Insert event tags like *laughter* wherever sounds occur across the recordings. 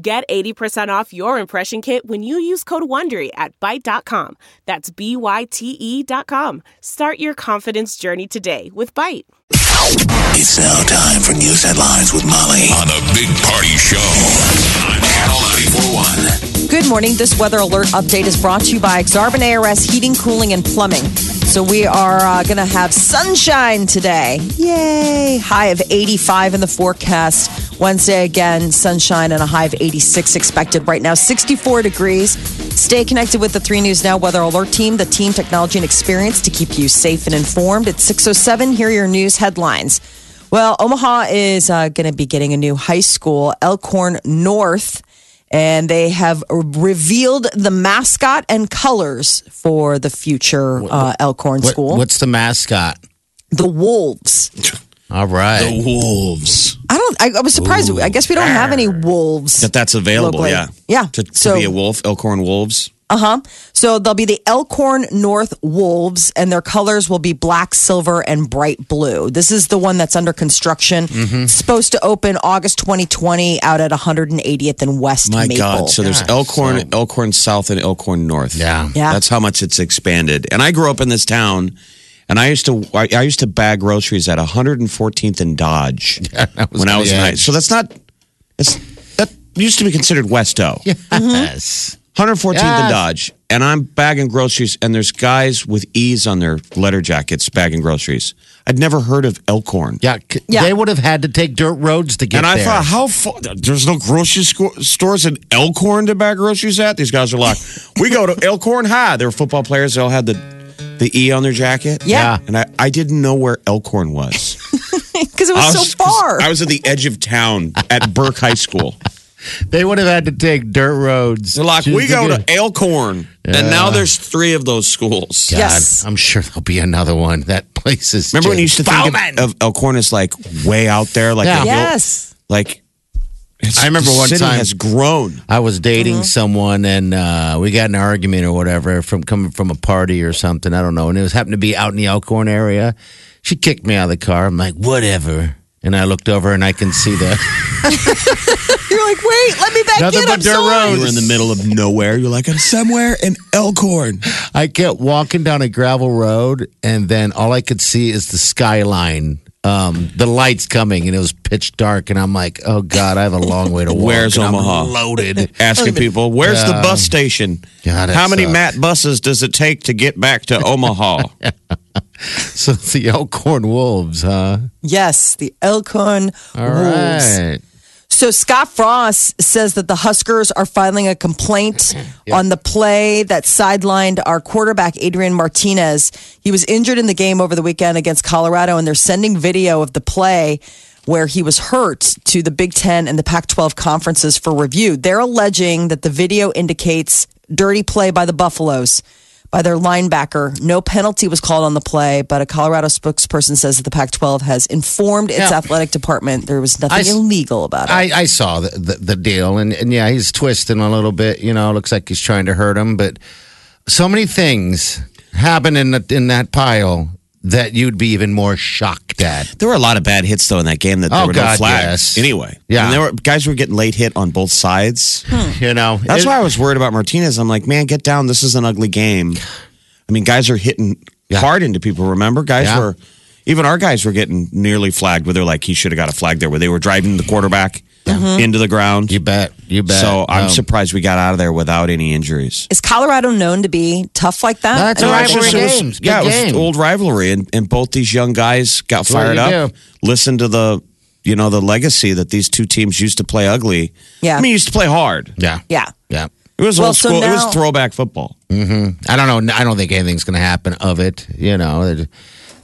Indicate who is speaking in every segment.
Speaker 1: Get 80% off your impression kit when you use code WONDERY at Byte.com. That's B-Y-T-E E dot com. Start your confidence journey today with Byte.
Speaker 2: It's now time for news headlines with Molly on the Big Party Show on Channel 941.
Speaker 3: Good morning. This weather alert update is brought to you by Xarban ARS Heating, Cooling, and Plumbing. So we are uh, going to have sunshine today. Yay! High of 85 in the forecast. Wednesday again, sunshine and a high of 86 expected right now. 64 degrees. Stay connected with the 3 News Now Weather Alert Team, the team technology and experience to keep you safe and informed. At 607, here are your news headlines. Well, Omaha is uh, going to be getting a new high school, Elkhorn North and they have revealed the mascot and colors for the future uh, Elkhorn
Speaker 4: What-
Speaker 3: School.
Speaker 4: What's the mascot?
Speaker 3: the wolves.
Speaker 4: All right. *laughs*
Speaker 5: The wolves.
Speaker 3: I don't. I, I was surprised. I guess we don't have any wolves.
Speaker 5: That that's available,
Speaker 3: Locally.
Speaker 5: yeah.
Speaker 3: Yeah.
Speaker 5: To, to
Speaker 3: So-
Speaker 5: be a wolf, Elkhorn Wolves.
Speaker 3: Uh huh. So they'll be the Elkhorn North Wolves, and their colors will be black, silver, and bright blue. This is the one that's under construction.
Speaker 5: Mm-hmm.
Speaker 3: It's supposed to open August 2020 out at 180th and West
Speaker 5: My
Speaker 3: Maple. *laughs*
Speaker 5: God. So there's Elkhorn, Elkhorn South, and Elkhorn North.
Speaker 4: Yeah.
Speaker 3: Yeah.
Speaker 5: That's how much it's expanded. And I grew up in this town, and I used to I I used to bag groceries at 114th
Speaker 4: *laughs*
Speaker 5: and Dodge
Speaker 4: was
Speaker 5: when
Speaker 4: on
Speaker 5: I was
Speaker 4: the
Speaker 5: in high.
Speaker 4: edge.
Speaker 5: So that's not that's that used to be considered Westo.
Speaker 4: Yes.
Speaker 5: 114th
Speaker 4: Yes.
Speaker 5: and Dodge, and I'm bagging groceries, and there's guys with E's on their letter jackets bagging groceries. I'd never heard of Elkhorn.
Speaker 4: Yeah, c-
Speaker 3: Yeah.
Speaker 4: They would have had to take dirt roads to get
Speaker 5: and I
Speaker 4: there.
Speaker 5: thought, how far? There's no grocery sco- stores in Elkhorn to buy groceries at. These guys are
Speaker 4: *laughs*
Speaker 5: like, we go to Elkhorn High. They're football players. They all had the the E on their jacket.
Speaker 3: Yeah.
Speaker 5: And I, I didn't know where Elkhorn
Speaker 4: *laughs*
Speaker 5: was.
Speaker 3: because it was, so far.
Speaker 5: I was at the edge of town at Burke High
Speaker 4: *laughs*
Speaker 5: School.
Speaker 4: they would have had to take dirt roads.
Speaker 5: They're like,
Speaker 4: to-
Speaker 5: we go *laughs*
Speaker 4: get-
Speaker 5: to Elkhorn. And now there's three of those schools.
Speaker 4: God,
Speaker 3: Yes.
Speaker 4: I'm sure there'll be another one. That place is.
Speaker 5: Remember when you used to
Speaker 4: just-
Speaker 5: think
Speaker 4: Bauman!
Speaker 5: of, of Elkhorn as like way out there? Like,
Speaker 4: Yeah.
Speaker 5: the hill-
Speaker 3: yes.
Speaker 5: Like, it's-
Speaker 4: I remember
Speaker 5: the
Speaker 4: one
Speaker 5: city
Speaker 4: time-
Speaker 5: has grown.
Speaker 4: I was dating
Speaker 5: Mm-hmm.
Speaker 4: someone and uh, we got in an argument or whatever from coming from a party or something. I don't know. And it was happened to be out in the Elkhorn area. She kicked me out of the car. I'm like, whatever. And I looked over and I can see the
Speaker 3: You're like, wait, let me back
Speaker 4: nothing
Speaker 3: in.
Speaker 4: but
Speaker 3: I'm
Speaker 4: dirt
Speaker 3: sorry.
Speaker 4: roads.
Speaker 5: You were in the middle of nowhere. You're like, I'm somewhere in Elkhorn.
Speaker 4: I kept walking down a gravel road, and then all I could see is the skyline, um, the lights coming, and it was pitch dark. And I'm like, "Oh God, I have a long way to walk."
Speaker 5: Where's
Speaker 4: and I'm
Speaker 5: Omaha?
Speaker 4: loaded.
Speaker 5: *laughs* Asking people, where's the bus station?
Speaker 4: God, that
Speaker 5: How many
Speaker 4: sucked.
Speaker 5: Matt buses does it take to get back to Omaha?
Speaker 4: *laughs* so it's the Elkhorn Wolves, huh?
Speaker 3: Yes, the Elkhorn
Speaker 4: All
Speaker 3: Wolves.
Speaker 4: right.
Speaker 3: So Scott Frost says that the Huskers are filing a
Speaker 4: *clears throat*
Speaker 3: complaint on the play that sidelined our quarterback Adrian Martinez. He was injured in the game over the weekend against Colorado, and they're sending video of the play where he was hurt to the Big Ten and the Pac-12 conferences for review. They're alleging that the video indicates dirty play by the Buffaloes by their linebacker. No penalty was called on the play, but a Colorado spokesperson says that the Pac-12 has informed its
Speaker 4: Yeah.
Speaker 3: athletic department there was nothing
Speaker 4: I s-
Speaker 3: illegal about it.
Speaker 4: I, I saw the, the, the deal, and, and yeah, he's twisting a little bit. You know, looks like he's trying to hurt him, but so many things happen in the, in that pile that you'd be even more shocked at.
Speaker 5: *laughs* there were a lot of bad hits, though, in that game that there
Speaker 4: Oh,
Speaker 5: were no
Speaker 4: God,
Speaker 5: flags.
Speaker 4: yes.
Speaker 5: Anyway,
Speaker 4: Yeah.
Speaker 5: And there were, guys were getting late hit on both sides.
Speaker 4: You know,
Speaker 5: That's
Speaker 4: It-
Speaker 5: why I was worried about Martinez. I'm like, man, get down. This is an ugly game. I mean, guys are hitting
Speaker 4: Yeah.
Speaker 5: hard into people. Remember, guys
Speaker 4: Yeah.
Speaker 5: were even our guys were getting nearly flagged where they're like, he should have got a flag there, where they were driving the quarterback into the ground.
Speaker 4: Mm-hmm. You bet. You bet.
Speaker 5: So I'm
Speaker 4: Um,
Speaker 5: surprised we got out of there without any injuries.
Speaker 3: Is Colorado known to be tough like that?
Speaker 4: That's
Speaker 3: I mean,
Speaker 4: all right.
Speaker 3: it's
Speaker 5: It's just-
Speaker 4: rivalry
Speaker 5: it was-
Speaker 4: games. Good
Speaker 5: yeah, it was
Speaker 4: game.
Speaker 5: old rivalry, and, and both these young guys got
Speaker 4: what
Speaker 5: fired
Speaker 4: you
Speaker 5: up.
Speaker 4: do.
Speaker 5: Listened to the, you know, the legacy that these two teams used to play ugly.
Speaker 3: Yeah.
Speaker 5: I mean, used to play hard.
Speaker 4: Yeah.
Speaker 3: Yeah.
Speaker 4: Yeah.
Speaker 5: It was
Speaker 3: Well,
Speaker 5: old
Speaker 3: so
Speaker 5: school. it
Speaker 3: now-
Speaker 5: was throwback football.
Speaker 4: I don't know. I don't think anything's going to happen of it. You know, it,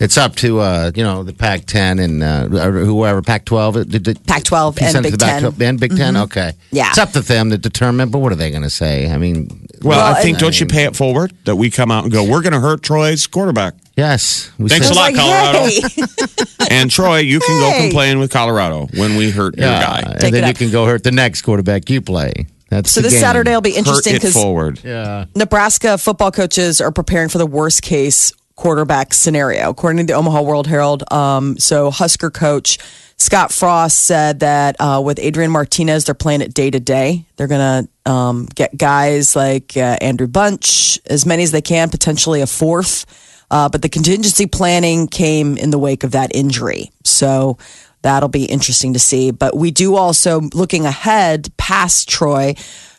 Speaker 4: It's up to uh, you know the Pac-10 and uh, or whoever Pac-12. Did, did,
Speaker 3: Pac-12
Speaker 4: he
Speaker 3: and
Speaker 4: sent it to
Speaker 3: Big
Speaker 4: the
Speaker 3: 10.
Speaker 4: Pac-12 and Big 10. Okay,
Speaker 3: Yeah.
Speaker 4: it's up to them to determine. But what are they going to say? I mean,
Speaker 5: Well,
Speaker 3: Well,
Speaker 5: I think
Speaker 3: and-
Speaker 5: don't you pay it forward that we come out and go, we're going to hurt Troy's quarterback.
Speaker 4: yes, we
Speaker 5: Thanks
Speaker 4: said-
Speaker 5: a
Speaker 3: *laughs*
Speaker 5: lot. Colorado.
Speaker 3: yay.
Speaker 5: And Troy, you can go
Speaker 3: Hey.
Speaker 5: complain with Colorado when we hurt your
Speaker 4: Yeah,
Speaker 5: guy.
Speaker 3: Take
Speaker 4: and then
Speaker 3: it
Speaker 4: you
Speaker 3: up.
Speaker 4: can go hurt the next quarterback you play. That's
Speaker 3: so
Speaker 4: the
Speaker 3: this
Speaker 4: game.
Speaker 3: Saturday will be
Speaker 5: Hurt
Speaker 3: interesting
Speaker 5: it
Speaker 3: because
Speaker 5: forward.
Speaker 4: Yeah,
Speaker 3: Nebraska football coaches are preparing for the worst case quarterback scenario, according to the Omaha World Herald. Um, so Husker coach Scott Frost said that uh, with Adrian Martinez, they're playing it day to day. They're gonna um, get guys like uh, Andrew Bunch, as many as they can, potentially a fourth. Uh, but the contingency planning came in the wake of that injury. So that'll be interesting to see. But we do also, looking ahead past Troy,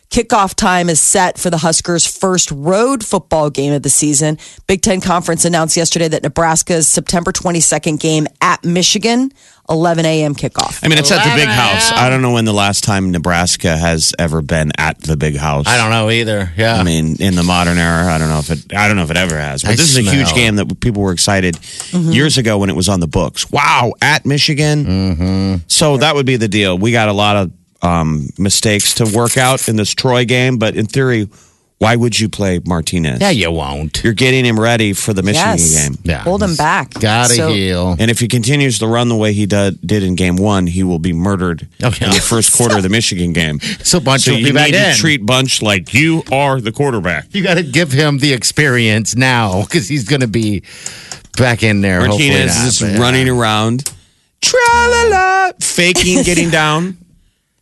Speaker 3: Kickoff time is set for the Huskers' first road football game of the season. Big Ten Conference announced yesterday that Nebraska's September 22nd game at Michigan, 11 a.m. kickoff.
Speaker 5: I mean, it's at the big house. I don't know when the last time Nebraska has ever been at the big house.
Speaker 4: I don't know either. Yeah,
Speaker 5: I mean, in the modern era, I don't know if it. I don't know if it ever has. But
Speaker 4: I
Speaker 5: this is a huge
Speaker 4: smell.
Speaker 5: game that people were excited years ago when it was on the books. Wow, at Michigan. Mm-hmm. So that would be the deal. We got a lot of um, mistakes to work out in this Troy game, but in theory, why would you play Martinez?
Speaker 4: yeah, you won't.
Speaker 5: you're getting him ready for the Michigan
Speaker 3: yes.
Speaker 5: game.
Speaker 4: Yeah.
Speaker 3: Hold them back.
Speaker 4: Gotta
Speaker 3: So-
Speaker 4: heal.
Speaker 5: And if he continues to run the way he did, did in game one, he will be murdered
Speaker 4: Okay.
Speaker 5: in the first quarter of the
Speaker 4: *laughs*
Speaker 5: Michigan game.
Speaker 4: So Bunch
Speaker 5: so
Speaker 4: will
Speaker 5: you
Speaker 4: Oh, be back
Speaker 5: need
Speaker 4: in.
Speaker 5: to treat Bunch like you are the quarterback.
Speaker 4: You got to give him the experience now because he's going to be back in there. hopefully
Speaker 5: Martinez
Speaker 4: not,
Speaker 5: is just
Speaker 4: but, yeah.
Speaker 5: running around, tra-la-la, *laughs* faking getting down.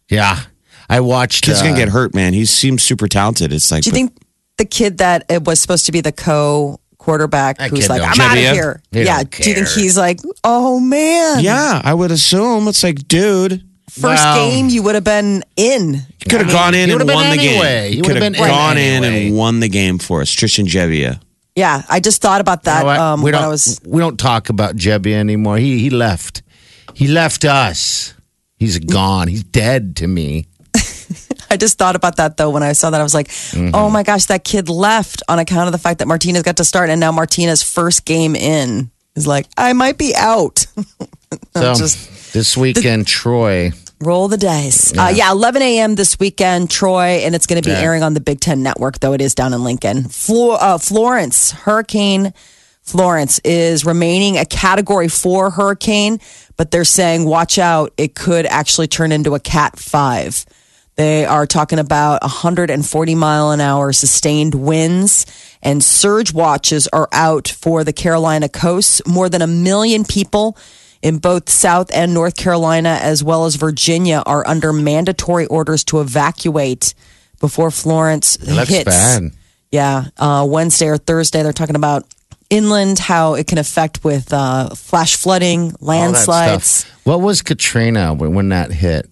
Speaker 4: Yeah, I watched.
Speaker 5: Kid's
Speaker 4: uh,
Speaker 5: gonna get hurt, man. He seems super talented. It's like,
Speaker 3: Do you
Speaker 5: but-
Speaker 3: think the kid that it was supposed to be the co quarterback
Speaker 4: That
Speaker 3: who's
Speaker 4: kid
Speaker 3: like,
Speaker 4: don't
Speaker 3: I'm
Speaker 4: care.
Speaker 3: out of
Speaker 5: Chevy,
Speaker 3: here?
Speaker 4: they
Speaker 3: yeah.
Speaker 4: don't
Speaker 3: Do you think
Speaker 4: care.
Speaker 3: he's like, oh man,
Speaker 5: yeah, I would assume it's like, dude,
Speaker 3: first
Speaker 4: Wow.
Speaker 3: game you would have been in?
Speaker 5: you could have gone in
Speaker 4: he
Speaker 5: and
Speaker 4: would've been
Speaker 5: won the
Speaker 4: anyway.
Speaker 5: game.
Speaker 4: He
Speaker 5: could
Speaker 4: would've
Speaker 5: have
Speaker 4: been in
Speaker 5: gone in
Speaker 4: anyway.
Speaker 5: and won the game for us, Tristan Jevia.
Speaker 3: Yeah. I just thought about
Speaker 4: you
Speaker 3: that
Speaker 4: know what?
Speaker 3: um,
Speaker 4: we
Speaker 3: when
Speaker 4: don't
Speaker 3: I was.
Speaker 4: we don't talk about Jebby anymore. He he left. He left us. He's gone. He's dead to me.
Speaker 3: I just thought about that though when I saw that. I was like,
Speaker 4: Mm-hmm.
Speaker 3: oh my gosh, that kid left on account of the fact that Martinez got to start, and now Martinez first game in is like, I might be out.
Speaker 4: So
Speaker 3: Oh, just-
Speaker 4: this weekend, Troy.
Speaker 3: Roll the dice. Yeah, uh, yeah 11 a.m. this weekend, Troy, and it's going to be airing on the Big Ten Network, though it is down in Lincoln. Flo- uh, Florence, Hurricane Florence is remaining a Category 4 hurricane, but they're saying, watch out, it could actually turn into a Cat 5. They are talking about 140 mile an hour sustained winds, and surge watches are out for the Carolina coast. More than a million people in both South and North Carolina, as well as Virginia, are under mandatory orders to evacuate before Florence
Speaker 4: looks
Speaker 3: hits.
Speaker 4: bad.
Speaker 3: Yeah, uh, Wednesday or Thursday, they're talking about inland how it can affect with uh, flash flooding,
Speaker 4: all that
Speaker 3: landslides.
Speaker 4: stuff. What was Katrina when, when that hit?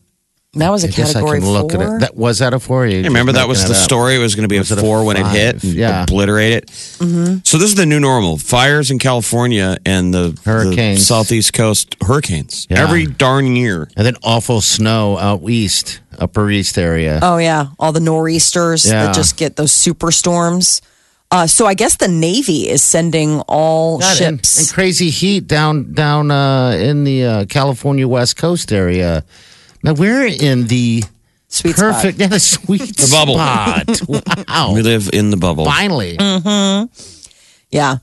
Speaker 3: That, was a
Speaker 4: I guess I
Speaker 3: category
Speaker 4: can look
Speaker 3: four.
Speaker 4: at it. That was that a four.
Speaker 5: I remember that was the story. It was going to be
Speaker 4: Was
Speaker 5: a
Speaker 4: it a
Speaker 5: four when it hit,
Speaker 4: five? Yeah. Mm-hmm.
Speaker 5: obliterate it. So this is the new normal: fires in California and the the
Speaker 4: Hurricanes.
Speaker 5: southeast coast hurricanes
Speaker 4: Yeah.
Speaker 5: every darn year.
Speaker 4: And then awful snow out east, upper east area.
Speaker 3: Oh yeah, all the nor'easters
Speaker 4: Yeah.
Speaker 3: that just get those superstorms. Uh, so I guess the Navy is sending all
Speaker 4: Got it.
Speaker 3: ships.
Speaker 4: and, and crazy heat down down uh, in the uh, California West Coast area. Now we're in the
Speaker 3: Sweet spot.
Speaker 4: perfect, *laughs* yeah, the sweet
Speaker 5: The bubble.
Speaker 4: *laughs* spot. Wow,
Speaker 5: We live in the bubble.
Speaker 4: finally,
Speaker 3: Yeah.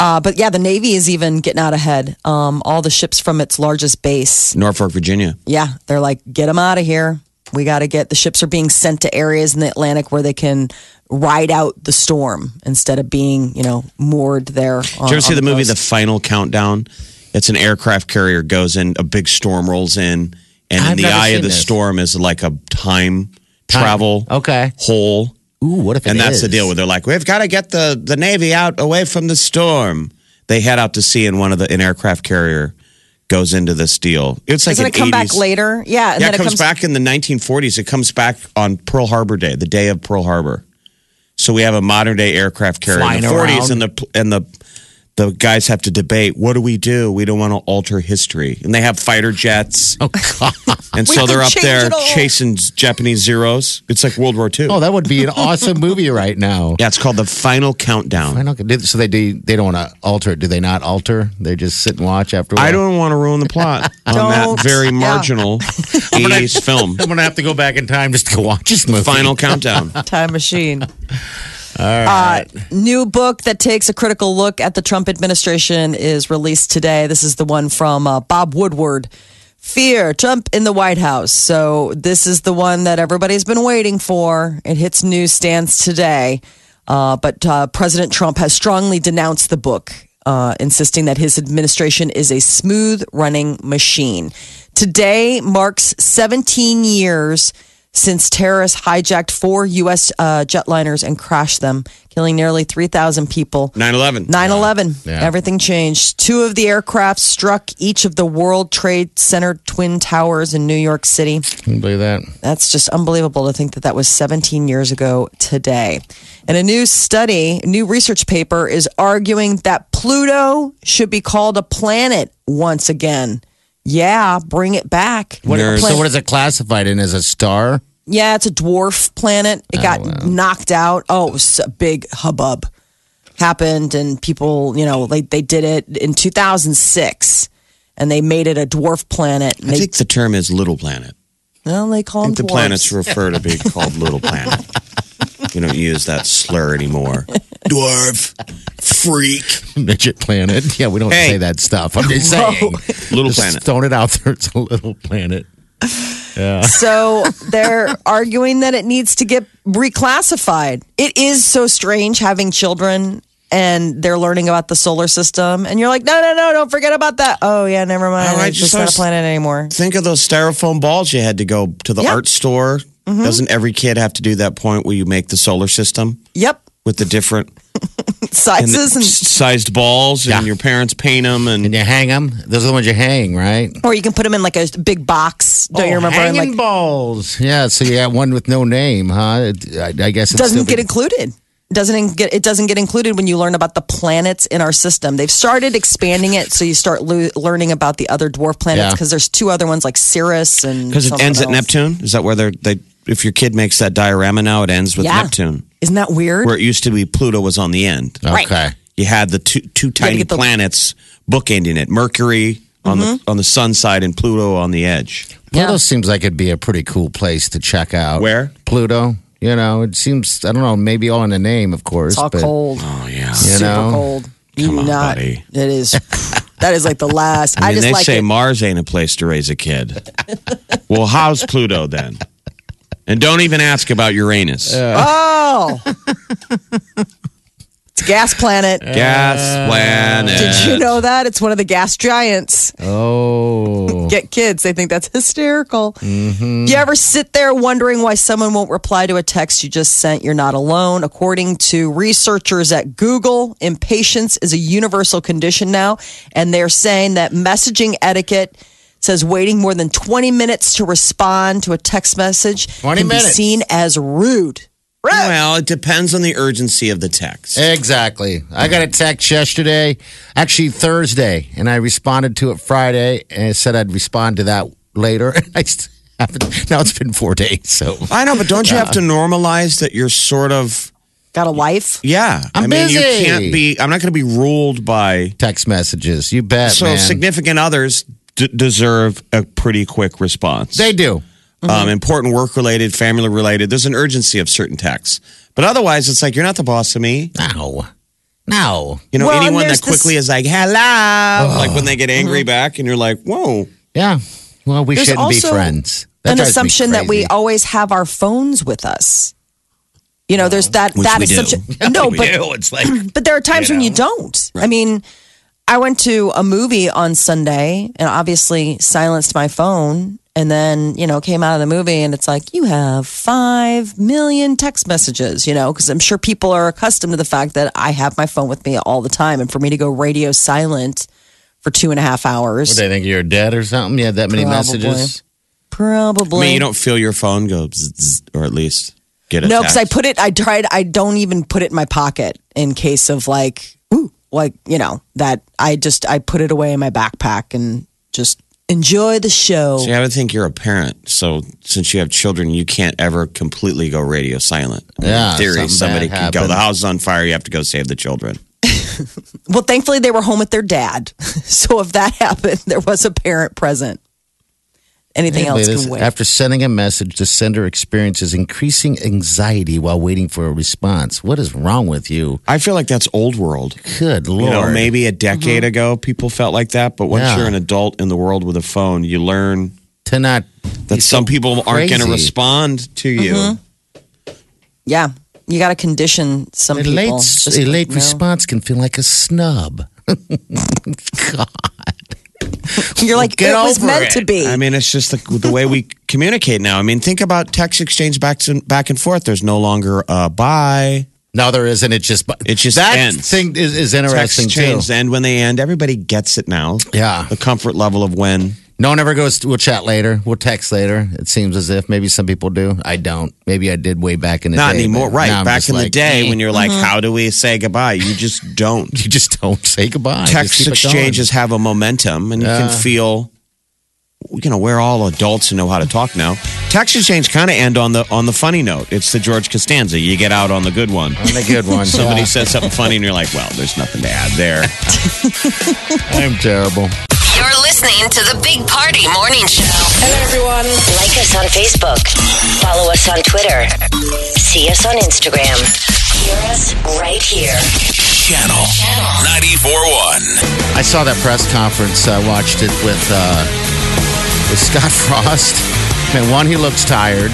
Speaker 3: Uh, but yeah, the Navy is even getting out ahead. Um, all the ships from its largest base.
Speaker 5: Norfolk, Virginia.
Speaker 3: Yeah, they're like, get them out of here. We got to get the ships are being sent to areas in the Atlantic where they can ride out the storm instead of being, you know, moored there. On,
Speaker 5: Did you ever see
Speaker 3: on
Speaker 5: the, movie
Speaker 3: coast.
Speaker 5: The Final Countdown? It's an aircraft carrier goes in, a big storm rolls in, and
Speaker 4: I've
Speaker 5: in the
Speaker 4: never
Speaker 5: eye
Speaker 4: seen
Speaker 5: of the
Speaker 4: this.
Speaker 5: storm is like a time, travel
Speaker 4: Okay.
Speaker 5: hole.
Speaker 4: Ooh, what if? it
Speaker 5: and that's the
Speaker 4: is?
Speaker 5: deal where they're like, we've got to get the, the Navy out away from the storm. They head out to sea, and one of the an aircraft carrier goes into this deal. It's like
Speaker 3: Doesn't
Speaker 5: an
Speaker 3: it come
Speaker 5: 80s.
Speaker 3: back later? Yeah, and
Speaker 5: Yeah,
Speaker 3: then
Speaker 5: it comes, back in the 1940s. It comes back on Pearl Harbor Day, the day of Pearl Harbor. So we have a modern day aircraft carrier in the
Speaker 4: Flying
Speaker 5: 40s,
Speaker 4: around.
Speaker 5: and the and the the guys have to debate what do we do? We don't want to alter history. And they have fighter jets.
Speaker 4: *laughs* Oh God!
Speaker 5: and
Speaker 3: We
Speaker 5: so they're
Speaker 3: can
Speaker 5: up
Speaker 3: change
Speaker 5: there
Speaker 3: it all.
Speaker 5: chasing Japanese zeros. It's like World War II.
Speaker 4: Oh, that would be an awesome movie right now.
Speaker 5: yeah, it's called The Final Countdown.
Speaker 4: I know. did- So they do. They don't want to alter it. Do they not alter? They just sit and watch after.
Speaker 5: I don't want to ruin the
Speaker 3: *laughs*
Speaker 5: plot on
Speaker 3: Don't.
Speaker 5: that very
Speaker 3: Yeah. *laughs*
Speaker 5: marginal 80s film.
Speaker 4: I'm gonna have to go back in time just to go watch this movie.
Speaker 5: Final Countdown.
Speaker 3: Time machine. Uh, new book that takes a critical look at the Trump administration is released today. This is the one from uh, Bob Woodward. Fear, Trump in the White House. So, this is the one that everybody's been waiting for. It hits newsstands today. Uh, but uh, President Trump has strongly denounced the book, uh, insisting that his administration is a smooth running machine. Today marks 17 years since terrorists hijacked four U.S. Uh, jetliners and crashed them, killing nearly 3,000 people.
Speaker 5: 9 11.
Speaker 3: 9 11,
Speaker 4: Yeah.
Speaker 3: everything changed. Two of the aircraft struck each of the World Trade Center Twin Towers in New York City.
Speaker 4: Couldn't believe that.
Speaker 3: That's just unbelievable to think that that was 17 years ago today. And a new study, new research paper is arguing that Pluto should be called a planet once again. Yeah, bring it back.
Speaker 4: What,
Speaker 5: Nerds.
Speaker 4: so what is it classified in as a star?
Speaker 3: Yeah, it's a dwarf planet.
Speaker 5: Oh,
Speaker 3: It got knocked out. Oh, it was a big hubbub happened, and people, you know, they they did it in 2006, and they made it a dwarf planet. And
Speaker 5: I
Speaker 3: they,
Speaker 5: think the term is Little Planet.
Speaker 3: well, they call
Speaker 5: I
Speaker 3: them
Speaker 5: think
Speaker 3: dwarfs.
Speaker 5: the planets
Speaker 3: *laughs*
Speaker 5: refer to being called Little Planet. You don't use that slur anymore. Dwarf, freak,
Speaker 4: *laughs* Midget planet. *laughs* Yeah, we don't
Speaker 5: Hey.
Speaker 4: say that stuff. I'm just saying.
Speaker 5: *laughs* Little
Speaker 4: Just
Speaker 5: Planet.
Speaker 4: throwing it out there. *laughs* It's a little planet.
Speaker 5: *laughs*
Speaker 3: So they're arguing that it needs to get reclassified. It is so strange having children and they're learning about the solar system, and you're like, no, no, no, don't forget about that. Oh yeah, never mind.
Speaker 5: Oh, I
Speaker 3: it's
Speaker 5: just
Speaker 3: just not a
Speaker 5: always-
Speaker 3: planet anymore.
Speaker 5: Think of those styrofoam balls you had to go to the
Speaker 3: Yeah.
Speaker 5: art store.
Speaker 3: Mm-hmm.
Speaker 5: Doesn't every kid have to do that point where you make the solar system
Speaker 3: Yep,
Speaker 5: with the different and the
Speaker 3: sizes and
Speaker 5: sized balls and your parents paint them and,
Speaker 4: And you hang them. Those are the ones you hang, right?
Speaker 3: Or you can put them in like a big box. Don't you
Speaker 4: Oh,
Speaker 3: remember? And
Speaker 4: Hanging
Speaker 3: like
Speaker 4: balls. Yeah. So you got one with no name, huh? It- I, I guess it
Speaker 3: doesn't get included. Doesn't in- get it doesn't get included when you learn about the planets in our system. They've started expanding it, so you start lo- learning about the other dwarf planets
Speaker 4: Yeah.
Speaker 3: because there's two other ones like Cirrus and
Speaker 5: because it
Speaker 3: something
Speaker 5: ends at
Speaker 3: else.
Speaker 5: Neptune. Is that where they're, they? If your kid makes that diorama now, it ends with
Speaker 3: Yeah.
Speaker 5: Neptune,
Speaker 3: Isn't that weird?
Speaker 5: where it used to be Pluto was on the end.
Speaker 4: Okay.
Speaker 5: You had the two two
Speaker 3: had to
Speaker 5: tiny
Speaker 3: get the- Mm-hmm.
Speaker 5: planets bookending it: Mercury on the on the sun side and Pluto on the edge.
Speaker 4: Pluto seems like it'd be a pretty cool place to check out.
Speaker 5: Where?
Speaker 4: Pluto. You know, it seems, I don't know, maybe all in the name, of course.
Speaker 3: it's all
Speaker 4: but-
Speaker 3: cold,
Speaker 5: Oh yeah.
Speaker 4: You
Speaker 3: super
Speaker 4: know?
Speaker 3: cold.
Speaker 5: Come on,
Speaker 3: Not-
Speaker 5: buddy.
Speaker 3: It
Speaker 5: *laughs*
Speaker 3: is. that is like the last. I,
Speaker 5: I mean,
Speaker 3: just
Speaker 5: they
Speaker 3: like
Speaker 5: say
Speaker 3: it.
Speaker 5: Mars ain't a place to raise a kid.
Speaker 3: *laughs*
Speaker 5: well, how's Pluto then? And don't even ask about Uranus. *laughs*
Speaker 3: oh, it's a gas planet.
Speaker 5: Gas planet.
Speaker 3: Did you know that it's one of the gas giants?
Speaker 4: Oh.
Speaker 3: get kids. They think that's *laughs* hysterical.
Speaker 5: Mm-hmm.
Speaker 3: You ever sit there wondering why someone won't reply to a text you just sent? You're not alone. According to researchers at Google, impatience is a universal condition now. And they're saying that messaging etiquette says waiting more than 20 minutes to respond to a text message
Speaker 4: 20
Speaker 3: can be
Speaker 4: minutes.
Speaker 3: seen as rude.
Speaker 5: Well, it depends on the urgency of the text.
Speaker 4: Exactly. I got a text yesterday, actually Thursday, and I responded to it Friday, and I said I'd respond to that later. *laughs* And I still haven't. Now it's been four days, so
Speaker 5: I know, but don't you have to normalize that you're sort of
Speaker 3: Got a life?
Speaker 5: yeah.
Speaker 4: I'm
Speaker 5: I mean, you
Speaker 4: busy.
Speaker 5: can't be. I'm not going to be ruled by.
Speaker 4: text messages. You bet,
Speaker 5: So
Speaker 4: man.
Speaker 5: significant others d- deserve a pretty quick response.
Speaker 4: they do.
Speaker 5: um,
Speaker 3: Mm-hmm.
Speaker 5: important work related, family related. There's an urgency of certain texts, but otherwise, it's like you're not the boss of me.
Speaker 4: No, no.
Speaker 5: You know,
Speaker 3: Well, and
Speaker 5: anyone
Speaker 3: there's Mm-hmm.
Speaker 5: that quickly is like hello, like when they get angry back, and you're like, whoa.
Speaker 4: Yeah. Well, we
Speaker 3: There's
Speaker 4: shouldn't be
Speaker 3: also
Speaker 4: friends. That
Speaker 3: An
Speaker 4: drives me
Speaker 3: assumption that we
Speaker 4: crazy.
Speaker 3: always have our phones with us. You know, there's that
Speaker 5: Which
Speaker 3: that
Speaker 5: we do. *laughs*
Speaker 3: assumption. No,
Speaker 5: We
Speaker 3: Oh, but
Speaker 5: do.
Speaker 3: *clears throat*
Speaker 5: it's like
Speaker 3: But there are times when you don't. I mean, I went to a movie on Sunday and obviously silenced my phone and then, you know, came out of the movie and it's like, you have 5 million text messages, you know, because I'm sure people are accustomed to the fact that I have my phone with me all the time. And for me to go radio silent for two and a half hours,
Speaker 4: What, they think you're dead or something. You had that many
Speaker 3: Probably.
Speaker 4: messages.
Speaker 5: I
Speaker 3: probably.
Speaker 5: mean, you don't feel your phone go, zzz, zzz, or at least get a
Speaker 3: no, because I
Speaker 5: text.
Speaker 3: put it, I tried, I don't even put it in my pocket in case of like, ooh, like you know that I just I put it away in my backpack and just enjoy the show.
Speaker 5: See, I would think you're a parent, so since you have children, you can't ever completely go radio silent.
Speaker 4: Yeah,
Speaker 5: in theory,
Speaker 4: something
Speaker 5: somebody could
Speaker 4: bad
Speaker 5: go. The
Speaker 4: happens.
Speaker 5: house is on fire. You have to go save the children.
Speaker 3: Well, thankfully they were home with their dad, *laughs* so if that *laughs* happened, there was a parent present. Anything
Speaker 4: Anyway,
Speaker 3: else
Speaker 4: this-
Speaker 3: can wait.
Speaker 4: After sending a message, the sender experiences increasing anxiety while waiting for a response. What is wrong with you?
Speaker 5: I feel like that's old world.
Speaker 4: Good lord!
Speaker 5: You know, maybe a decade ago, people felt like that, but once
Speaker 4: Yeah.
Speaker 5: you're an adult in the world with a phone, you learn
Speaker 4: to not
Speaker 5: that
Speaker 4: be so
Speaker 5: some people aren't going to
Speaker 4: crazy.
Speaker 5: respond to you.
Speaker 3: yeah, you got to condition some
Speaker 4: A late,
Speaker 3: people. Just,
Speaker 4: a late
Speaker 3: no.
Speaker 4: response can feel like a snub. God.
Speaker 3: You're like
Speaker 4: Get
Speaker 3: it was
Speaker 4: over
Speaker 3: meant
Speaker 4: it.
Speaker 3: to be.
Speaker 5: I mean, it's just the, the way we communicate now. I mean, think about text exchange back and back and forth. There's no longer a bye.
Speaker 4: No, there isn't. It just
Speaker 5: It just
Speaker 4: that
Speaker 5: ends.
Speaker 4: thing is, is interesting
Speaker 5: Text
Speaker 4: too.
Speaker 5: change end when they end. Everybody gets it now.
Speaker 4: Yeah.
Speaker 5: the comfort level of when.
Speaker 4: No one ever goes. We'll chat later. We'll text later. It seems as if maybe some people do. I don't. Maybe I did way back in the
Speaker 5: Not
Speaker 4: day.
Speaker 5: anymore.
Speaker 4: but
Speaker 5: Right.
Speaker 4: now I'm
Speaker 5: Back
Speaker 4: just
Speaker 5: in the
Speaker 4: like,
Speaker 5: day
Speaker 4: eh.
Speaker 5: when you're like, how do we say goodbye? You just don't.
Speaker 4: *laughs* you just don't say goodbye. Just
Speaker 5: Text
Speaker 4: keep it going.
Speaker 5: exchanges have a momentum and you
Speaker 4: Yeah.
Speaker 5: can feel you know, we're all adults and know how to talk now. Text exchange kind of end on the on the funny note. It's the George Costanza. You get out on the good one.
Speaker 4: On a good
Speaker 5: *laughs*
Speaker 4: one.
Speaker 5: Somebody says something funny and you're like, well, there's nothing to add there.
Speaker 4: I'm terrible.
Speaker 6: You're listening to the Big Party Morning Show.
Speaker 7: Hello, everyone.
Speaker 6: Like us on Facebook. Follow us on Twitter. See us on Instagram. Hear us right here.
Speaker 2: Channel 94.1.
Speaker 4: I saw that press conference. I watched it with uh, with Scott *laughs* Frost. And one, he looks tired.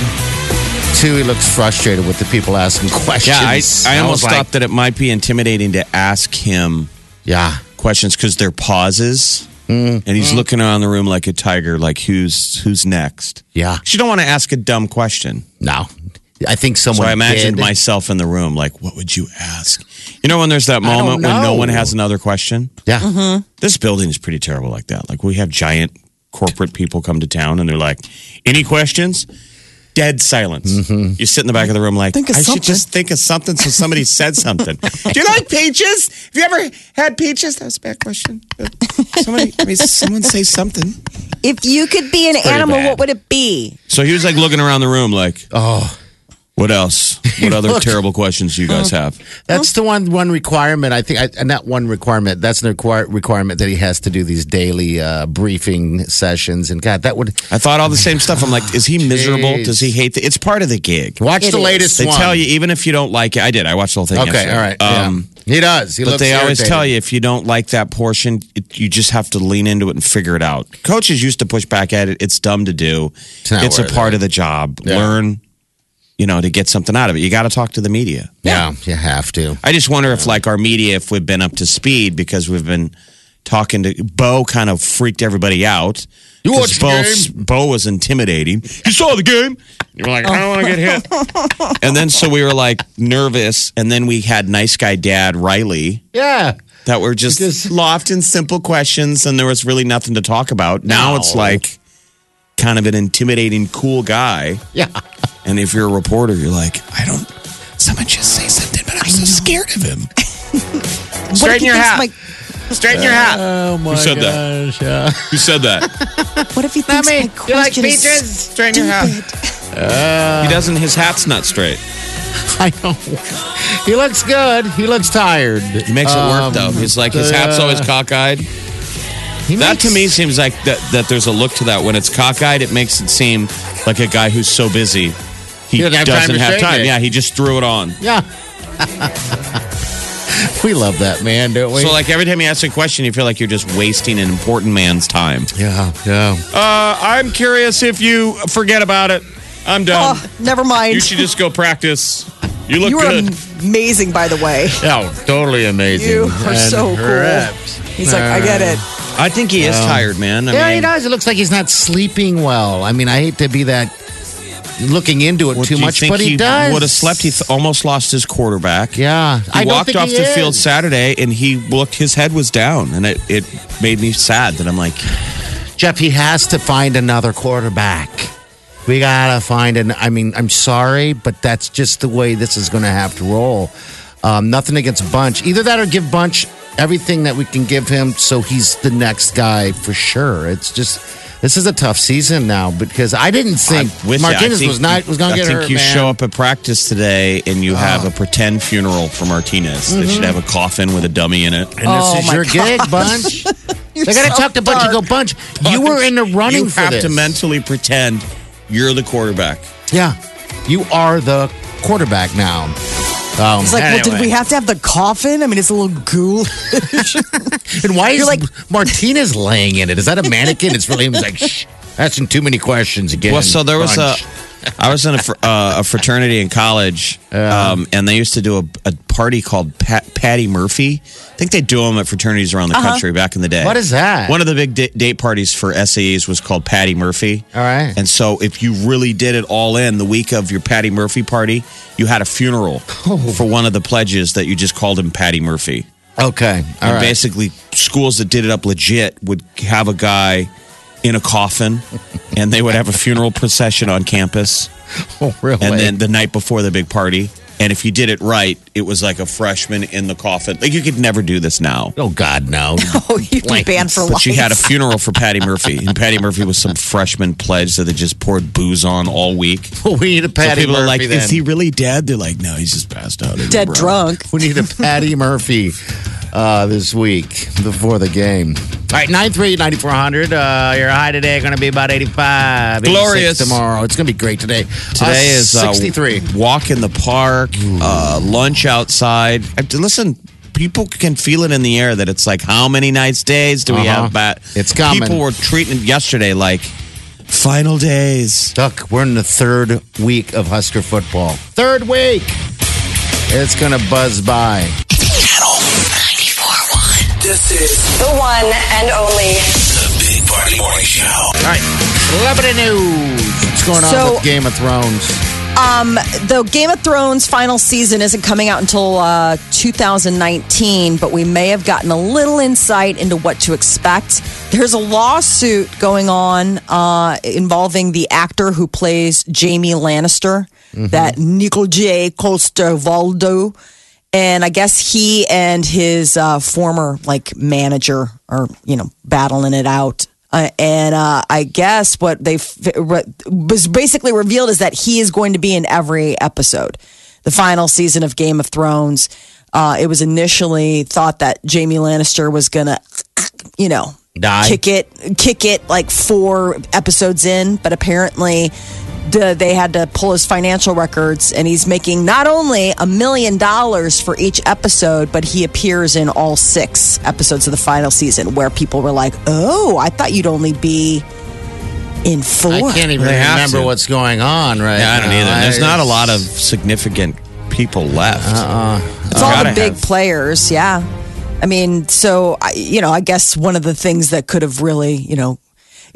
Speaker 4: Two, he looks frustrated with the people asking *laughs* questions.
Speaker 5: *laughs* Yeah, I, I
Speaker 4: was
Speaker 5: almost
Speaker 4: like,
Speaker 5: thought that it might be intimidating to ask him
Speaker 4: Yeah,
Speaker 5: questions because they're pauses. And he's looking around the room like a tiger, like who's who's next?
Speaker 4: yeah.
Speaker 5: 'Cause You don't want to ask a dumb question.
Speaker 4: No, I think
Speaker 5: So
Speaker 4: someone.
Speaker 5: I imagined
Speaker 4: did.
Speaker 5: myself in the room, like, what would you ask? You know, when there's that
Speaker 4: don't
Speaker 5: moment when no
Speaker 4: know.
Speaker 5: one has another question?
Speaker 4: Yeah,
Speaker 5: This building is pretty terrible like that. Like, we have giant corporate people come to town and they're like, any questions? Dead silence. You sit in the back of the room, like,
Speaker 3: Think of
Speaker 5: I
Speaker 3: something."
Speaker 5: should just think of something so somebody said something. Do you like peaches? Have you ever had peaches? That was a bad question. Somebody, I mean, someone say something.
Speaker 3: if you could be an
Speaker 5: pretty
Speaker 3: animal,
Speaker 5: bad.
Speaker 3: what would it be?
Speaker 5: So he was like looking around the room, like, oh, what else? What other
Speaker 4: looked-
Speaker 5: terrible questions do you guys have?
Speaker 4: that's the one one requirement. I think, I, and that one requirement. That's the requir- requirement that he has to do these daily uh, briefing sessions. And God, that would
Speaker 5: I thought all the same stuff. I'm like, is he miserable?
Speaker 4: Jeez.
Speaker 5: Does he hate the? It's part of the gig.
Speaker 4: watch
Speaker 3: It
Speaker 4: the
Speaker 3: is.
Speaker 4: latest
Speaker 5: They
Speaker 4: one.
Speaker 5: tell you even if you don't like it. I did. I watched the whole thing.
Speaker 4: Okay,
Speaker 5: yesterday.
Speaker 4: all right.
Speaker 5: Um,
Speaker 4: yeah. He does. He
Speaker 5: But
Speaker 4: looks
Speaker 5: they always
Speaker 4: irritated.
Speaker 5: tell you if you don't like that portion, it, you just have to lean into it and figure it out. Coaches used to push back at it. It's dumb to do. It's,
Speaker 4: not
Speaker 5: a
Speaker 4: worth
Speaker 5: part of the job.
Speaker 4: Yeah.
Speaker 5: Learn, you know, to get something out of it. You got to talk to the media.
Speaker 4: Yeah, you have to.
Speaker 5: I just wonder if, like our media, if we've been up to speed because we've been talking to Bo. Kind of freaked everybody out.
Speaker 4: You watched
Speaker 5: 'Cause Bo,
Speaker 4: the
Speaker 5: Bo was intimidating. You saw the game. You were like, I don't want to get hit. and then so we were like nervous, and then we had nice guy dad Riley
Speaker 4: Yeah.
Speaker 5: that were just,
Speaker 4: Because-
Speaker 5: loft and simple questions, and there was really nothing to talk about. Now
Speaker 4: No.
Speaker 5: it's like kind of an intimidating, cool guy.
Speaker 4: Yeah.
Speaker 5: And if you're a reporter, you're like, I don't. Someone just say something, but I'm so scared of him.
Speaker 3: What if
Speaker 5: Straighten
Speaker 3: he
Speaker 5: your
Speaker 3: thinks
Speaker 5: hat.
Speaker 3: my-
Speaker 5: Straighten your hat.
Speaker 4: Oh my
Speaker 5: said
Speaker 4: gosh. That?
Speaker 5: Who said that?
Speaker 3: What if he thinks my question is
Speaker 5: Straighten your hat. he doesn't. His hat's not straight.
Speaker 4: *laughs* I know. He looks good. He looks tired.
Speaker 5: He makes it work though. He's like his hat's
Speaker 4: uh,
Speaker 5: always cockeyed. That to me seems like that, that. there's a look to that. When it's cockeyed, it makes it seem like a guy who's so busy he
Speaker 4: He doesn't have time
Speaker 5: doesn't
Speaker 4: to
Speaker 5: have
Speaker 4: straighten
Speaker 5: time.
Speaker 4: it.
Speaker 5: Yeah, he just threw it on.
Speaker 4: Yeah. *laughs* we love that man, don't we?
Speaker 5: So like every time he asks a question, you feel like you're just wasting an important man's time.
Speaker 4: yeah, yeah.
Speaker 5: Uh, I'm curious if you forget about it. I'm done.
Speaker 3: Oh, never mind. You,
Speaker 5: just go practice. You
Speaker 3: were amazing, by the way.
Speaker 4: Oh, totally amazing.
Speaker 3: You are so cool. He's like, I get it.
Speaker 5: I think he is tired, man. I
Speaker 4: Yeah, he
Speaker 5: mean,
Speaker 4: does. It looks like he's not sleeping well. I mean, I hate to be that looking into it
Speaker 5: Well,
Speaker 4: too
Speaker 5: do you
Speaker 4: much,
Speaker 5: think
Speaker 4: but he, does.
Speaker 5: Would have slept. He th- almost lost his quarterback.
Speaker 4: yeah.
Speaker 5: He
Speaker 4: I don't
Speaker 5: walked
Speaker 4: think
Speaker 5: off
Speaker 4: he
Speaker 5: the field
Speaker 4: is.
Speaker 5: Saturday, and he looked. His head was down, and it, it made me sad that I'm like,
Speaker 4: Jeff, he has to find another quarterback. We gotta find an. I mean, I'm sorry, but that's just the way this is going to have to roll. Um, nothing against Bunch. Either that or give Bunch everything that we can give him so he's the next guy for sure. It's just this is a tough season now because I didn't think
Speaker 5: I'm with you. I
Speaker 4: Martinez
Speaker 5: think-
Speaker 4: was not was going
Speaker 5: I
Speaker 4: to get
Speaker 5: think
Speaker 4: hurt.
Speaker 5: you
Speaker 4: man.
Speaker 5: show up at practice today and you have a pretend funeral for Martinez. They
Speaker 4: Mm-hmm.
Speaker 5: should have a coffin with a dummy in it.
Speaker 4: and
Speaker 3: Oh,
Speaker 4: this is
Speaker 3: my
Speaker 4: your gig,
Speaker 3: *laughs*
Speaker 4: bunch. They're going to talk to bunch. You go, bunch. You were in the running
Speaker 5: You
Speaker 4: for
Speaker 5: have
Speaker 4: this.
Speaker 5: to mentally pretend you're the quarterback.
Speaker 4: yeah, you are the quarterback now. Um,
Speaker 3: It's like, well, did
Speaker 5: Anyway.
Speaker 3: we have to have the coffin? I mean, it's a little ghoulish.
Speaker 4: And why is
Speaker 3: You're
Speaker 4: like
Speaker 3: like-
Speaker 4: Martinez laying in it? Is that a mannequin? It's really him. He's like, shh, asking too many questions again.
Speaker 5: Well, so there was
Speaker 4: Bunch.
Speaker 5: a. *laughs* I was in a, fr- uh, a fraternity in college, um, and they used to do a, a party called Pat, Patty Murphy. I think they do them at fraternities around the country back in the day.
Speaker 4: What is that?
Speaker 5: One of the big da- date parties for SAEs was called Patty Murphy.
Speaker 4: All right.
Speaker 5: And so, if you really did it all in the week of your Patty Murphy party, you had a funeral
Speaker 4: Oh.
Speaker 5: for one of the pledges that you just called him Patty Murphy.
Speaker 4: Okay. All
Speaker 5: and
Speaker 4: right.
Speaker 5: basically, schools that did it up legit would have a guy in
Speaker 4: *laughs*
Speaker 5: a coffin, and they would have a funeral procession on campus,
Speaker 4: Oh, really?
Speaker 5: and then the night before the big party. And if you did it right, it was like a freshman in the coffin. Like you could never do this now.
Speaker 4: oh
Speaker 3: *laughs*
Speaker 4: God, no.
Speaker 3: *laughs* oh, you'd be banned for
Speaker 5: But
Speaker 3: life.
Speaker 5: she had a funeral for Patty Murphy, and Patty Murphy was some freshman pledge that they just poured booze on all week. So
Speaker 4: *laughs* we need a Patty
Speaker 5: people
Speaker 4: Murphy.
Speaker 5: are like,
Speaker 4: then. *laughs*
Speaker 5: "Is he really dead?" They're like, "No, he's just passed out."
Speaker 3: dead drunk.
Speaker 4: We need a Patty Murphy uh, this week before the game. All right, 93 9400. Uh, your high today going to be about 85. 86
Speaker 5: Glorious.
Speaker 4: Tomorrow. It's going to be great today.
Speaker 5: Today
Speaker 4: Uh,
Speaker 5: is uh,
Speaker 4: 63.
Speaker 5: walk in the park, uh, lunch outside. I, listen, people can feel it in the air that it's like, how many nights, days do we
Speaker 4: Uh-huh.
Speaker 5: have? But
Speaker 4: It's coming.
Speaker 5: People were treating it yesterday like final days.
Speaker 4: Duck, we're in the third week of Husker football. Third week. It's going to buzz by.
Speaker 2: Channel 941. This is
Speaker 6: The one and only.
Speaker 2: the Big Party Morning Show.
Speaker 4: All right, celebrity news. What's going on
Speaker 3: So-
Speaker 4: with Game of Thrones?
Speaker 3: The Game of Thrones final season isn't coming out until uh, 2019, but we may have gotten a little insight into what to expect. There's a lawsuit going on uh, involving the actor who plays Jamie Lannister,
Speaker 5: Mm-hmm.
Speaker 3: that Nicol J. Coster-Valdo. And I guess he and his uh, former like manager are you know battling it out. Uh, and uh, I guess what they what was basically revealed is that he is going to be in every episode. The final season of Game of Thrones. Uh, it was initially thought that Jamie Lannister was gonna, you know,
Speaker 4: Die.
Speaker 3: kick it, kick it like four episodes in, but apparently the, they had to pull his financial records, and he's making not only a million dollars for each episode, but he appears in all six episodes of the final season, where people were like, "Oh, I thought you'd only be in four.
Speaker 4: I can't even
Speaker 5: They have
Speaker 4: remember
Speaker 5: to.
Speaker 4: what's going on right
Speaker 5: Yeah, I don't
Speaker 4: now.
Speaker 5: either. There's not a
Speaker 4: I-
Speaker 5: lot of significant people left.
Speaker 3: It's all
Speaker 5: Gotta
Speaker 3: the big
Speaker 5: have.
Speaker 3: players, yeah. I mean, so I, you know, I guess one of the things that could have really, you know,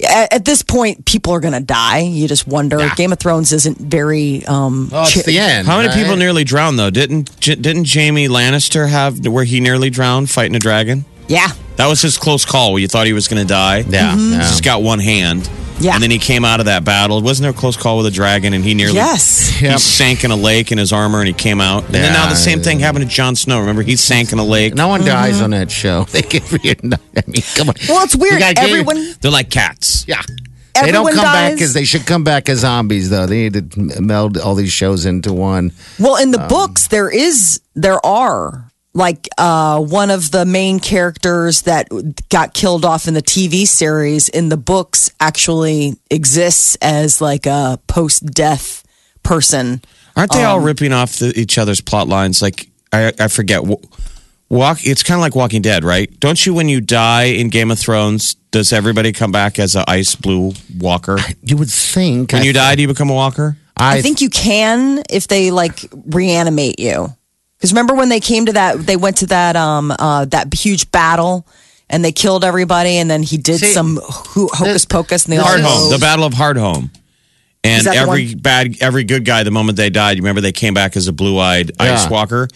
Speaker 3: at, at this point, people are going to die. You just wonder. Game of Thrones isn't very. Um,
Speaker 4: Oh, it's
Speaker 3: chi-
Speaker 4: the end.
Speaker 5: How many
Speaker 4: right?
Speaker 5: people nearly drowned though? Didn't J- didn't Jamie Lannister have where he nearly drowned fighting a dragon?
Speaker 3: yeah,
Speaker 5: That was his close call. Where you thought he was going to die.
Speaker 4: Yeah.
Speaker 5: He's
Speaker 3: Mm-hmm.
Speaker 4: yeah.
Speaker 5: just got one hand.
Speaker 3: Yeah.
Speaker 5: And then he came out of that battle. Wasn't there a close call with a dragon and he nearly
Speaker 3: yes.
Speaker 5: he sank in a lake in his armor and he came out. And then now the same thing happened to Jon Snow. Remember he sank in a lake.
Speaker 4: No one dies on that show. *laughs* They give you. I mean, come on.
Speaker 3: Mm-hmm. Well, it's
Speaker 4: You
Speaker 3: weird.
Speaker 4: gotta give-
Speaker 3: Everyone,
Speaker 5: They're like cats.
Speaker 4: yeah. They don't
Speaker 3: Everyone
Speaker 4: come back
Speaker 3: dies.
Speaker 4: as they should come back as zombies, though. They need to meld all these shows into one.
Speaker 3: well, in
Speaker 4: Um,
Speaker 3: the books, there is, there are like uh, one of the main characters that got killed off in the TV series in the books actually exists as like a post-death person.
Speaker 5: Aren't they all ripping off the, each other's plot lines? Like I, I forget. Wa- Walk. It's kind of like Walking Dead, right? Don't you when you die in Game of Thrones? Does everybody come back as a ice blue walker?
Speaker 4: You would think
Speaker 5: When
Speaker 4: I-
Speaker 5: you die, do you become a walker?
Speaker 4: I,
Speaker 3: I think you can if they like reanimate you. Because remember when they came to that, they went to that um uh that huge battle and they killed everybody, and then he did
Speaker 4: See,
Speaker 3: some ho- hocus pocus and they all
Speaker 5: Hardhome, the Battle of Hardhome.
Speaker 3: Is
Speaker 5: And
Speaker 3: that the
Speaker 5: every bad, every good guy, the moment they died, you remember they came back as a blue-eyed
Speaker 4: Yeah. Uh-huh.
Speaker 5: ice walker,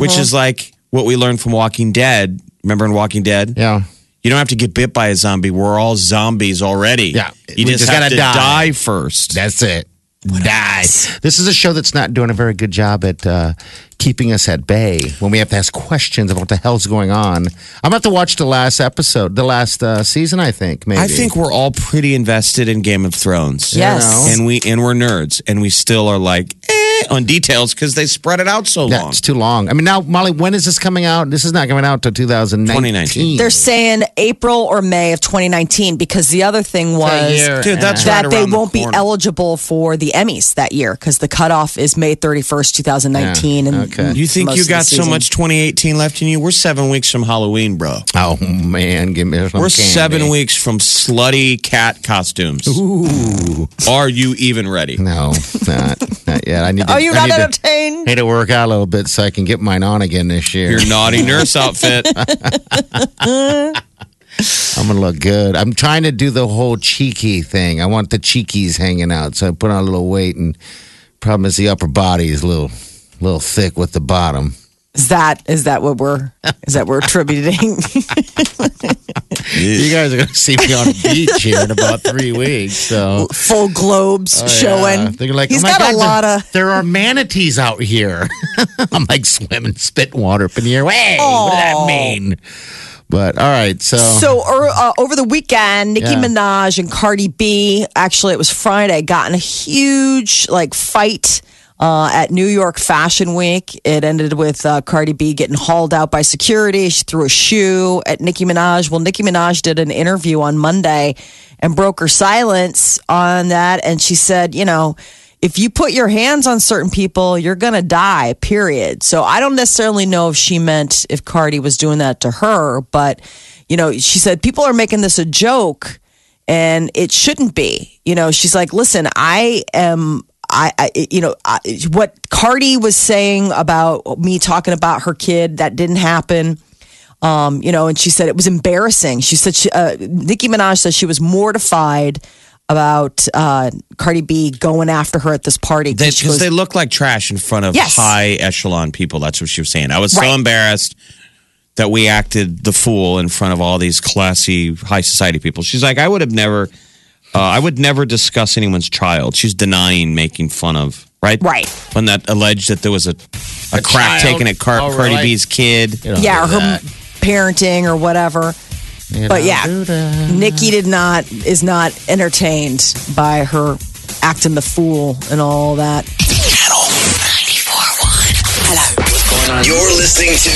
Speaker 5: which is like what we learned from Walking Dead. Remember in Walking Dead,
Speaker 4: Yeah.
Speaker 5: you don't have to get bit by a zombie. We're all zombies already.
Speaker 4: Yeah.
Speaker 5: you
Speaker 4: We
Speaker 5: just,
Speaker 4: just
Speaker 5: have
Speaker 4: gotta
Speaker 5: to
Speaker 4: die.
Speaker 5: die, first.
Speaker 4: That's it. Die. This is a show that's not doing a very good job at uh, keeping us at bay when we have to ask questions about what the hell's going on. I'm about to watch the last episode, the last uh, season, I think. Maybe
Speaker 5: I think we're all pretty invested in Game of Thrones.
Speaker 3: Yes.
Speaker 5: And we and we're nerds and we still are like eh, on details because they spread it out so long.
Speaker 4: that's too long. I mean, now Molly, when is this coming out? This is not coming out till 2019.
Speaker 5: 2019.
Speaker 3: They're saying April or May of 2019 because the other thing was
Speaker 5: Dude, that's
Speaker 3: that
Speaker 5: right
Speaker 3: they
Speaker 5: around the
Speaker 3: won't be
Speaker 5: corner.
Speaker 3: eligible for the Emmys that year because the cutoff is May 31st, 2019.
Speaker 4: Yeah,
Speaker 3: And
Speaker 4: okay.
Speaker 5: You think
Speaker 3: most
Speaker 5: you
Speaker 3: of the
Speaker 5: got so
Speaker 3: season.
Speaker 5: much 2018 left in you? We're seven weeks from Halloween, bro.
Speaker 4: Oh man, give me some
Speaker 5: We're
Speaker 4: candy.
Speaker 5: seven weeks from slutty cat costumes. Ooh. Are you even ready?
Speaker 4: No, not not yet.
Speaker 5: *laughs*
Speaker 4: I need.
Speaker 5: Oh,
Speaker 4: To,
Speaker 3: Are you
Speaker 4: I
Speaker 3: not
Speaker 4: need to-
Speaker 3: entertained?
Speaker 4: Need to work out a little bit so I can get mine on again this year.
Speaker 5: Your naughty nurse outfit.
Speaker 3: *laughs*
Speaker 4: I'm gonna look good. I'm trying to do the whole cheeky thing. I want the cheekies hanging out, so I put on a little weight. And problem is the upper body is a little, little thick with the bottom.
Speaker 3: Is that is that what we're is that we're attributing? *laughs*
Speaker 4: You guys are gonna see me on a beach here in about three weeks. So
Speaker 3: Full globes
Speaker 4: Oh,
Speaker 3: *laughs*
Speaker 4: Yeah.
Speaker 3: showing.
Speaker 4: They're like,
Speaker 3: He's
Speaker 4: oh my
Speaker 3: got
Speaker 4: God,
Speaker 3: a lot
Speaker 4: there,
Speaker 3: of
Speaker 4: There are manatees out here. *laughs* I'm like swimming, spit water up in the air. Hey, what does that mean? But all right, so
Speaker 3: So er, uh, over the weekend, Nicki
Speaker 4: Oh. Yeah.
Speaker 3: Minaj and Cardi B, actually, it was Friday, got in a huge like fight uh, at New York Fashion Week. It ended with uh, Cardi B getting hauled out by security. She threw a shoe at Nicki Minaj. Well, Nicki Minaj did an interview on Monday and broke her silence on that, and she said, you know. If you put your hands on certain people, you're going to die, period. So I don't necessarily know if she meant if Cardi was doing that to her, but you know, she said people are making this a joke and it shouldn't be. You know, she's like, listen, I am. I, I, you know, I, what Cardi was saying about me talking about her kid, that didn't happen. Um, you know, and she said it was embarrassing. She said she, uh, Nicki Minaj said she was mortified about uh, Cardi B going after her at this party. 'cause she
Speaker 5: Because
Speaker 3: goes-
Speaker 5: they look like trash in front of
Speaker 3: Yes.
Speaker 5: high echelon people. That's what she was saying. I was
Speaker 3: Right.
Speaker 5: so embarrassed that we acted the fool in front of all these classy high society people. She's like, I would have never, uh, I would never discuss anyone's child. She's denying making fun of, right?
Speaker 3: Right.
Speaker 5: When that alleged that there was a, a,
Speaker 4: child.
Speaker 5: crack taken at Car-
Speaker 4: Oh,
Speaker 5: Cardi
Speaker 4: right.
Speaker 5: B's kid.
Speaker 4: You don't
Speaker 3: yeah, or
Speaker 4: do
Speaker 3: her
Speaker 4: that.
Speaker 3: parenting or whatever.
Speaker 4: You
Speaker 3: but
Speaker 4: don't
Speaker 3: yeah.
Speaker 4: do that.
Speaker 3: Nikki did not is not entertained by her acting the fool and all that.
Speaker 2: Channel 941. Hello. You're listening to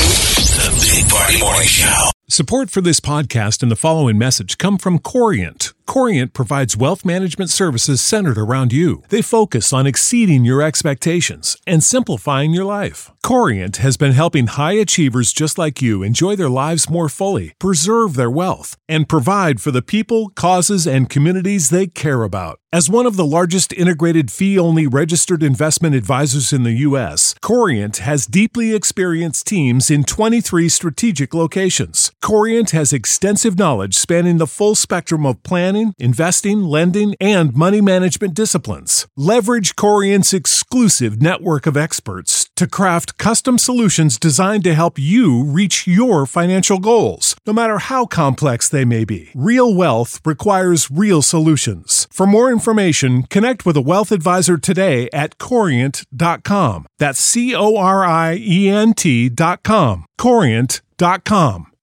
Speaker 2: The Big Party Morning Show.
Speaker 7: Support for this podcast and the following message come from Corient. Corient provides wealth management services centered around you. They focus on exceeding your expectations and simplifying your life. Corient has been helping high achievers just like you enjoy their lives more fully, preserve their wealth, and provide for the people, causes, and communities they care about. As one of the largest integrated fee only registered investment advisors in the U.S., Corient has deeply experienced teams in 23 strategic locations. Corient has extensive knowledge spanning the full spectrum of planning, investing, lending, and money management disciplines. Leverage Corient's exclusive network of experts to craft custom solutions designed to help you reach your financial goals, no matter how complex they may be. Real wealth requires real solutions. For more information, connect with a wealth advisor today at corient.com. That's C O R I E N T.com. Corient.com.